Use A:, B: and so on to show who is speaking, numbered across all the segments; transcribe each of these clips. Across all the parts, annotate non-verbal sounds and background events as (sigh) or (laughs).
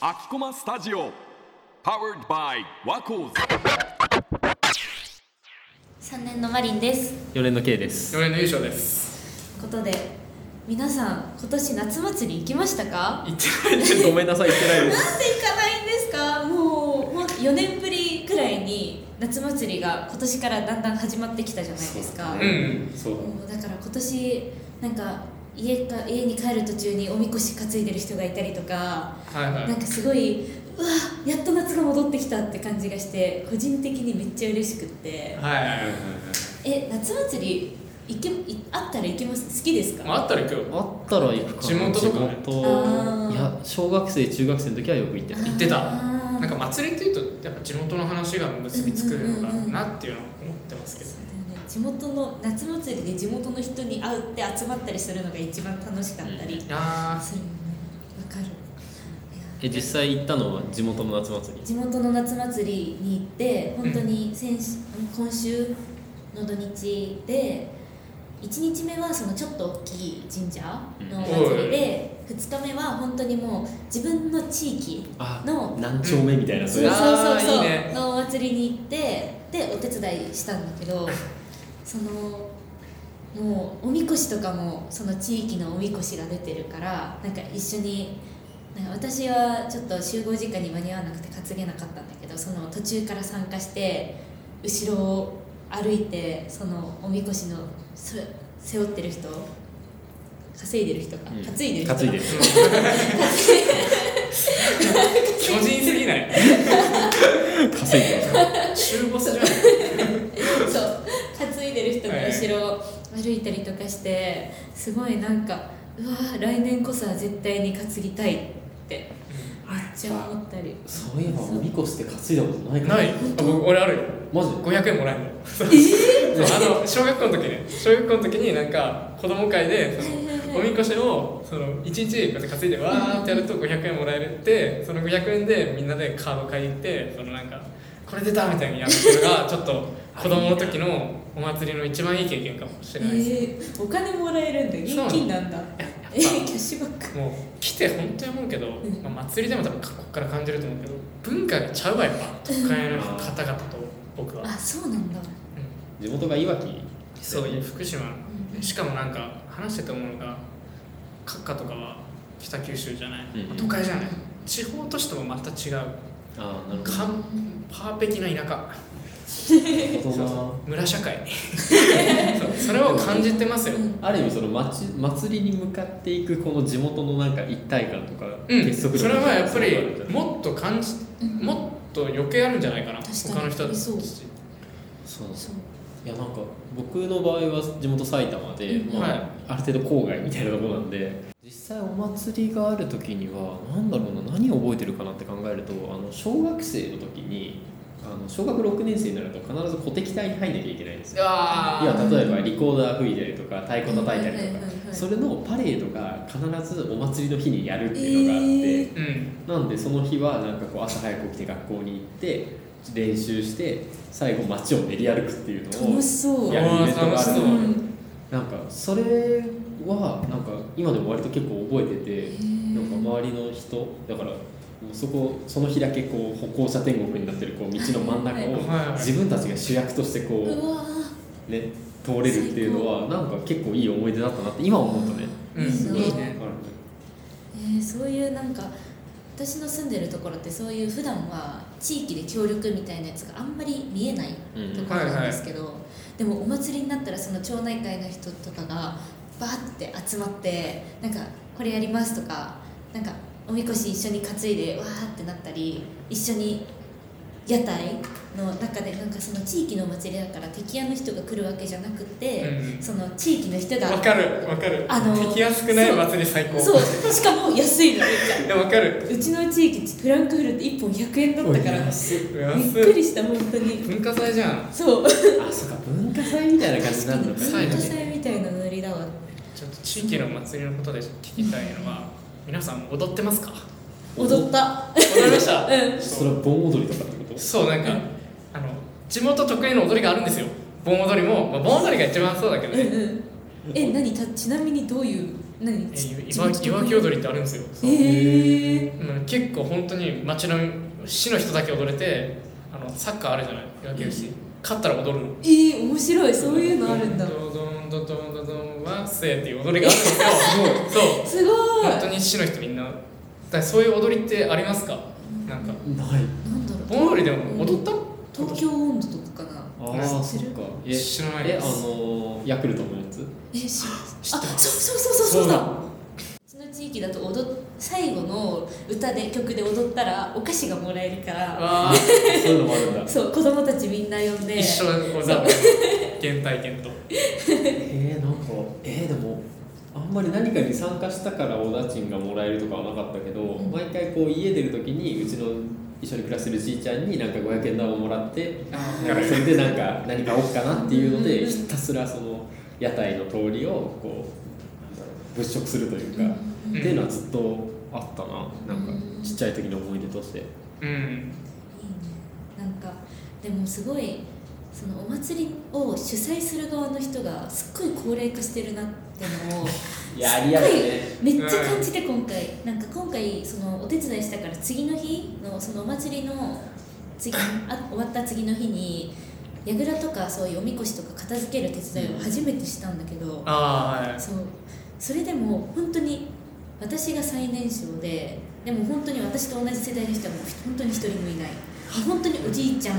A: 秋駒スタジオ Powered by ワコーズ
B: 三年のマリンです。
C: 4年の K です
D: (laughs) 4年の優勝です
B: ことで皆さん今年夏祭り行きましたか？
D: 行ってない
C: ごめんなさい言ってないです
B: なんで行かないんですか？もうもう4年ぶりくらいに夏祭りが今年からだんだん始まってきたじゃないですか。
D: うん
C: そう
B: もうだから今年なんか家か家に帰る途中におみこし担いでる人がいたりとか、
D: はいは
B: なん
D: い
B: かすごいうわやっと夏が戻ってきたって感じがして個人的にめっちゃ嬉しくって。
D: はい
B: え夏祭り行けいあったら行けます好きですか？
D: まああったら行くよ
C: あったら行くかな
D: 地元とかね
C: 地元
B: あー
C: いや小学生中学生の時はよく行ってた
D: 行ってた
B: あー
D: なんか祭りっていうとやっぱ地元の話が結びつくのか
B: うんうんうんうん
D: なっていうのは思ってますけど
B: そうだよね地元の夏祭りで地元の人に会うって集まったりするのが一番楽しかったり
C: う
B: するよね
D: あ
B: わかるい
C: え
B: や
C: 実際行ったのは地元の夏祭り
B: 地元の夏祭りに行って本当に先週今週の土日で1日目はそのちょっと大きい神社のお祭りで2日目は本当にもう自分の地域
C: あ
B: の
C: 何丁目みたいな
B: そうそ
C: そういう
B: う
C: やつ
B: そうそう
D: あーいいね
B: のお祭りに行ってでお手伝いしたんだけどそのもうおみこしとかもその地域のおみこしが出てるからなんか一緒になんか私はちょっと集合時間に間に合わなくて担げなかったんだけどその途中から参加して後ろを歩いてそのおみこしのそ背負ってる人稼いでる人か、
C: うん
B: 担いでる人か
C: 担い
B: (laughs)
C: でる
D: ー巨人すぎ (laughs) ない
C: 稼いでます
D: 中ボスじゃん
B: そう担いでる人が後ろを歩いたりとかしてすごいなんかうわー来年こそは絶対に担ぎたいってめっちゃ思ったり
C: そういえばおみこしって担いだことないから
D: (laughs) ないあ僕俺あるよ
C: マジ
D: 500円もらえるのあの小学校の時ね小学校の時になんか子供会でそのおみこしをその1日こうやって担いでわーってやると500円もらえるってその500円でみんなでカード買いに行ってそのなんかこれ出たみたいにやるの
B: (laughs)
D: がちょっと子供の時のお祭りの一番いい経験かもし
B: え
D: れないです、
B: ーお金もらえるんだ
D: そう
B: 現金なんだえー、キャッシュバック
D: もう来て本当に思うけど、
B: ん
D: まあ、祭りでも多分ここから感じると思うけど文化がちゃうわやっぱ都会の方々と僕は
B: あそうなんだ
C: 地元がいわき
D: そういう福島しかもなんか話してて思うのが閣下とかは北九州じゃない、
C: うんうん
D: 都会じゃない地方都市ともまた違う
C: ああなるほ
D: 完パーフェキな田舎
C: どなるほ
D: 村
C: (laughs)
D: 社会そうそれを感じてますよ、
C: どなある意味その祭祭りに向かっていくこの地元のなんか一体感とか
D: うん、
C: 結束力
D: それはやっぱ
C: そういうのがあるんじゃ
D: り
C: ない
D: もっと感じ
B: うん
D: もっと余計あるんじゃないかな
B: 確かに
D: 他の人たち
B: そう
C: そう
B: そう
C: いやなんか僕の場合は地元埼玉で、
B: うん
C: まあ
D: はい
C: ある程度郊外みたいなところなんで実際お祭りがある時には何だろうな何を覚えてるかなって考えるとあの小学生の時にあの小学6年生になると必ず鼓笛隊に入んなきゃいけないんですよ。
D: あ
C: 要
D: あ
C: は例えばリコーダー吹いたりとか太鼓叩いたり
B: はい
C: と
B: はい
C: か
B: はいはい
C: それのパレードが必ずお祭りの日にやるっていうのがあって。
B: え
D: うん
C: なんでその日はなんかこう朝早く起きて学校に行って練習して最後街を練り歩くっていうの
B: 楽
C: を
B: しそう
C: やるイベントがあ
D: 楽し
C: る
D: そ
C: の
D: う
B: うん
C: なんかそれはなんか今でも割と結構覚えて
B: え
C: て
B: ー
C: なんか周りの人だからもうそこその日だけこう歩行者天国になってるこう道の真ん中
D: はい
C: を
D: はい
C: 自分たちが主役として
B: う
C: こ
B: わー
C: うね通れるっていうのはなんか結構いい思い出だったなって今思うとね
D: うん
B: すごい
D: いいね
B: えー、そういうなんか私の住んでるところってそういう普段は地域で協力みたいなやつがあんまり見えないところなんですけど、でもお祭りになったらその町内会の人とかがバーって集まってなんかこれやりますとかなんかおみこし一緒に担いでわーってなったり一緒に屋台の中でなんかその地域のお祭りだから敵屋の人が来るわけじゃなくて、
D: うん
B: その地域の人が
D: わかるわかる、
B: あのー
D: 敵やすくない祭り最高
B: そうしかも安いのめっちゃ
D: いやわかる
B: うちの地域フランクフルト1本100円だったからびっ
D: 安
B: く
D: い
B: りした本当に
D: 文化祭じゃん
B: そう
C: あそうか文化祭みたいな感じになるのか
D: 最
B: 文化
D: 後に
B: 祭みたいなノリだわ
D: ちょっと地域の祭りのことで聞きたいのは皆さん踊ってますか
B: 踊った
D: 踊りました
B: うん
C: それは盆踊りとかってこと
D: そうなんかあの地元得意の踊りがあるんですよ盆踊りも、まあ、盆踊りが一番そうだけど
B: うん
D: ね
B: うんえ何たちなみにどういう何
D: え
B: ち
D: い
B: ち
D: わいわき踊りってあるんですよそう
B: ええ
D: うん結構本当に町の市の人だけ踊れてあのサッカーあるじゃない野球市勝ったら踊るの
B: いい面白いそういうのあるんだ
D: ドドンドドンドドンはせーっていう踊りがあるんですよそ
B: (laughs)
D: う
B: すごい
D: 本当に市の人みんなだからそういう踊りってありますかなんか
C: ない
B: なんだろう
D: 盆踊りでも踊った
B: 東京温度とかかな
C: ああ
B: 知
C: そ
B: っ
C: って
B: る
C: かえ
D: 知らない
C: え
D: で
C: あ
D: す
C: のヤクルトのやつ
B: え知らない
D: 知
B: あ
D: っ
B: そ
D: て
B: う
D: ます
B: そうそうそうそう
D: そう
B: だその地域だと踊っ最後の歌で曲で踊ったらお菓子がもらえるから
D: あー
C: そういうのもあるんだ
B: そう子供たちみんな呼んで
D: 一緒だこうだ原体験と
C: えー、なんかえー、でもあんまり何かに参加したからお駄賃がもらえるとかはなかったけど、
B: ん
C: 毎回こう家出る時にうちの一緒に暮らしてるじいちゃんになんか500円玉をもらって
D: あ
C: なんかそれでなんか何かおっかなっていうの
B: うん
C: で
B: うんうん
C: ひたすらその屋台の通りをこうなんだろう物色するというか、
B: うん
C: っていうのはずっとあったななんか
B: うん
C: ちっちゃい時の思い出として
D: うん
B: いいねなんかでもすごいそのお祭りを主催する側の人がすっごい高齢化してるなってのを
C: (laughs) いやありやるね
B: めっちゃ感じて今回、なんか今回そのお手伝いしたから次の日のそのお祭りの次あ終わった次の日に櫓とかそういうおみこしとか片付ける手伝いを初めてしたんだけど、
D: あーはい
B: そうそれでも本当に私が最年少ででも本当に私と同じ世代の人はもう本当に一人もいない本当におじいちゃん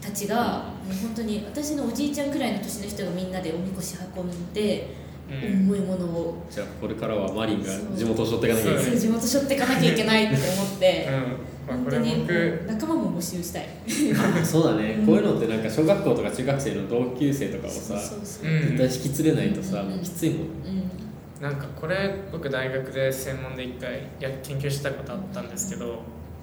B: たちがもう本当に私のおじいちゃんくらいの年の人がみんなでおみこし運んで
D: うん
B: 重いものを
C: じゃあこれからはマリンが地元を背負っていかなきゃいけない
B: そう地元しょっていかなきゃいけないって思っ
D: う
B: て
D: んまあ
B: 本当
D: これ
B: にも
D: 僕
B: う仲間も募集したい
C: あ (laughs) そうだね、こういうのってなんか小学校とか中学生の同級生とかを
B: そ
C: さ
B: うそうそううん
C: 絶対引き連れないとさ、
B: うん
C: もうきついもんね
B: うん
D: なんかこれ僕大学で専門で一回や研究したことあったんですけど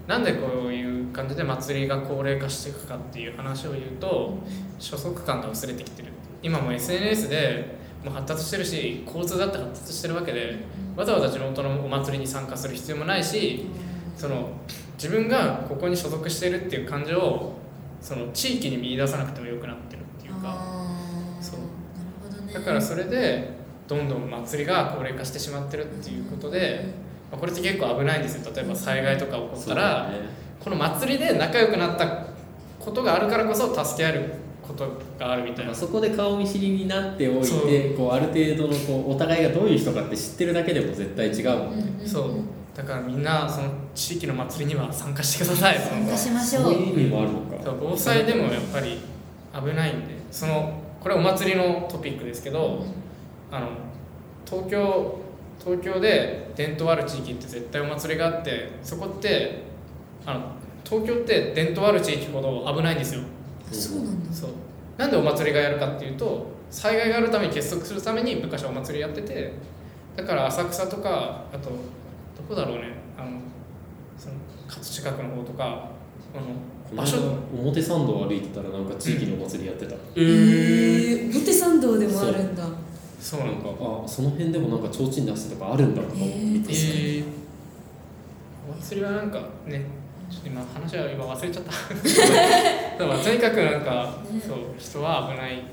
D: なんでこういう感じで祭りが高齢化していくかっていう話を言うと所属感が薄れてきてる今もう SNS でもう発達してるし交通だって発達してるわけでわざわざ地元のお祭りに参加する必要もないしその自分がここに所属してるっていう感情をその地域に見出さなくてもよくなってるっていうか。
B: あー
D: そう
B: なるほどね
D: だからそれでどんどん祭りが高齢化してしまってるっていうことで、まあこれって結構危ないんですよ例えば災害とか起こっ
C: そ
D: た
C: う
D: ら、
C: だね
D: この祭りで仲良くなったことがあるからこそ助け合えることがあるみたい
C: ま
D: な
C: あ、そこで顔見知りになっておい
D: そう
C: てこうある程度のこうお互いがどういう人かって知ってるだけでも絶対違うもん、
B: んんん
D: そうだからみんなその地域の祭りには参加してくださいそ
B: 参加
D: の
B: しましょう
C: そういう意味もあるのか
D: そう防災でもやっぱり危ないんでそのこれお祭りのトピックですけどあの東京東京で伝統ある地域って絶対お祭りがあってそこってあの東京って伝統ある地域ほど危ないんですよ
B: あそうなんだ
D: そうなんでお祭りがやるかっていうと災害があるために結束するために昔はお祭りやっててだから浅草とかあとどこだろうねあのその葛飾区の方とかあの場
C: 場
D: 所
C: 所表参道を歩いてたらなんか地域のお祭りやってた、
D: え
B: えー、表参道でもあるんだ
D: そうな
C: なん
D: の
C: かあその辺でもなんか提灯出してとかあるんだと
B: え
C: か、
B: ー、確かに、
D: えーお祭りはなんかねちょっと今話は今忘れちゃった
B: (laughs)
D: でもとにかくなんか
B: ね
D: そう人は危ない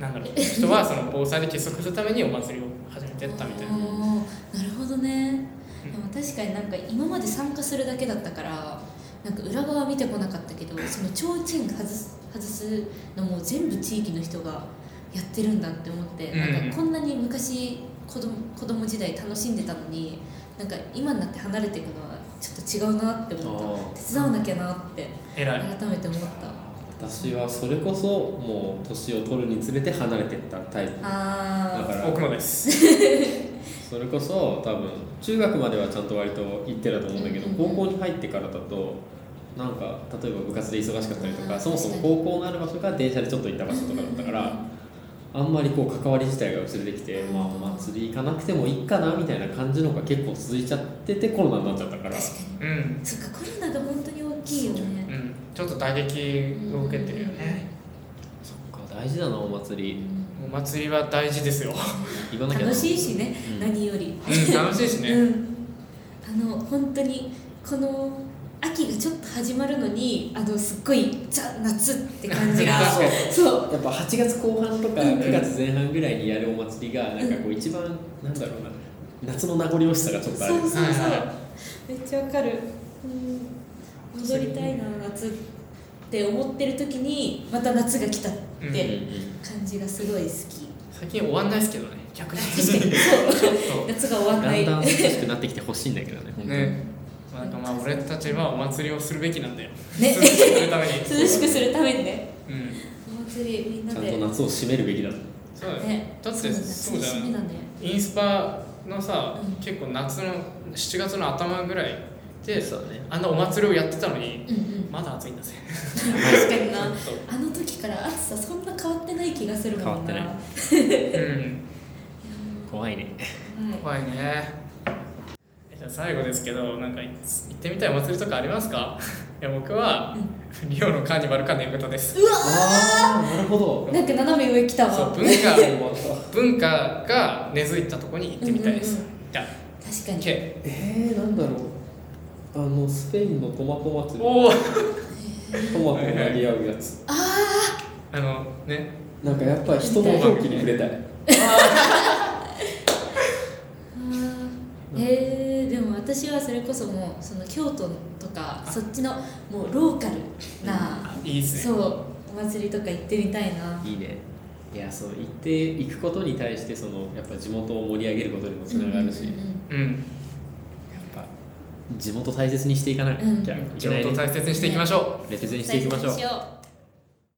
D: なんだろう人はその防災で結束するためにお祭りを始めてったみたい
B: あ
D: な
B: ーなるほどね
D: うん
B: でも確かになんか今まで参加するだけだったからなんか裏側見てこなかったけどその提灯外す外すのも全部地域の人がやってるんだって思って、
D: うん
B: なんかこんなに昔子供子供時代楽しんでたのになんか今になって離れていくのはちょっと違うなって思っ
C: あ
B: た手伝わなきゃなって
D: 偉い
B: 改めて思った。
C: 私はそれこそもう年を取るにつれて離れてったタイプだ
B: あ
C: から
D: 僕もです
C: それこそ多分中学まではちゃんと割と行ってたと思うんだけど
B: うん
C: 高校に入ってからだとなんか例えば部活で忙しかったりと
B: あ
C: か
B: ー
C: そもそも高校のある場所が電車でちょっと行った場所とかだったからあんまりこう関わり自体が薄れてきてまあお祭り行かなくてもいいかなみたいな感じのが結構続いちゃっててコロナになっちゃった
B: あ
C: から
B: 確かに
D: うん、
B: そっかコロナが本当に大きいよ
D: う
B: ね
D: ん、ちょっと打撃を受けてるよね
C: そっか大事だなお祭
B: う
C: り
B: ん
D: お祭りは大事です
B: (laughs)
D: よ、
C: 行かなきゃな
B: 楽しいしね、
C: うん
B: 何より、
D: うん、楽しいしね、
B: うんあの本当にこの秋がちょっと始まるのにあのすっごいザ夏って感じが
C: (laughs) 確か
B: そう
C: やっぱ8月後半とか
B: うんうん
C: 9月前半ぐらいにやるお祭りがなんかこう一番なんだろうな夏の名残惜しさがちょっとある
B: そうそうそう
D: はいは
B: めっちゃわかるうん戻りたいな夏って思ってる時にまた夏が来たっ
C: うん
B: て
C: うん
B: 感じがすごい好き
C: (laughs)
D: 最近終わんないですけどね逆に
B: 確かにそう夏が終わん
C: だ
B: ない
C: んだん涼しくなってきてほしいんだけどね。本当に
D: ねなんかまあ俺たちはお祭りをするべき
B: (laughs)
D: なんだよ
B: ね
D: 涼しくするために
B: 涼しくするためにね
D: うん
B: お祭りみんな
C: ちゃん
B: で
C: と夏を締めるべきだと。
D: そうだよ
B: ね
D: だってそうじゃ
B: 夏の
D: な
B: 締め
D: い
B: だね
D: インスパのさ
B: うん
D: 結構夏の7月の頭ぐらいで
C: そうだね。
D: あんなお祭りをやってたのに
B: うんうん
D: まだ暑いんだぜ
B: 確かにな
D: そう
B: あの時から暑さそんな変わってない気がするもんな
C: 変わっ
D: うん
C: 怖いね。
B: はい
D: 怖いねじゃあ最後ですけどなんかい行ってみたいお祭りとかありますかいや僕はリオのカーニバルかねぶたです
B: うわ
C: ああ、なるほど。
B: なんか斜め上来た
D: そ
B: わ
D: う文化文化が根付いたとこに行ってみたいです
B: うんうん
D: じゃあ
B: 確かに
D: K
C: ええ、なんだろう。あのスペインのトマト祭り、
D: お
C: ト
D: お
C: マトがり合うやつ。
B: あ
D: あのね
C: なんかやっぱ人の狂気に触れたい。
B: ーえー、でも私はそれこそもうその京都とかそっちのもうローカルな、
D: あいいです
B: そ
D: ね
B: うお祭りとか行ってみたいない
C: いね。いや、そう行って行くことに対してそのやっぱ地元を盛り上げることにもつながるし、
B: うん
C: や
B: う
C: っ
B: ん
D: うん
C: ぱ地元大切にしていかなきゃいけ
D: 地
C: ない
D: 元を
C: ね。
D: 大切にしていきましょう
C: 大切にしていきま
B: 大
C: しょう。
B: 切にしよう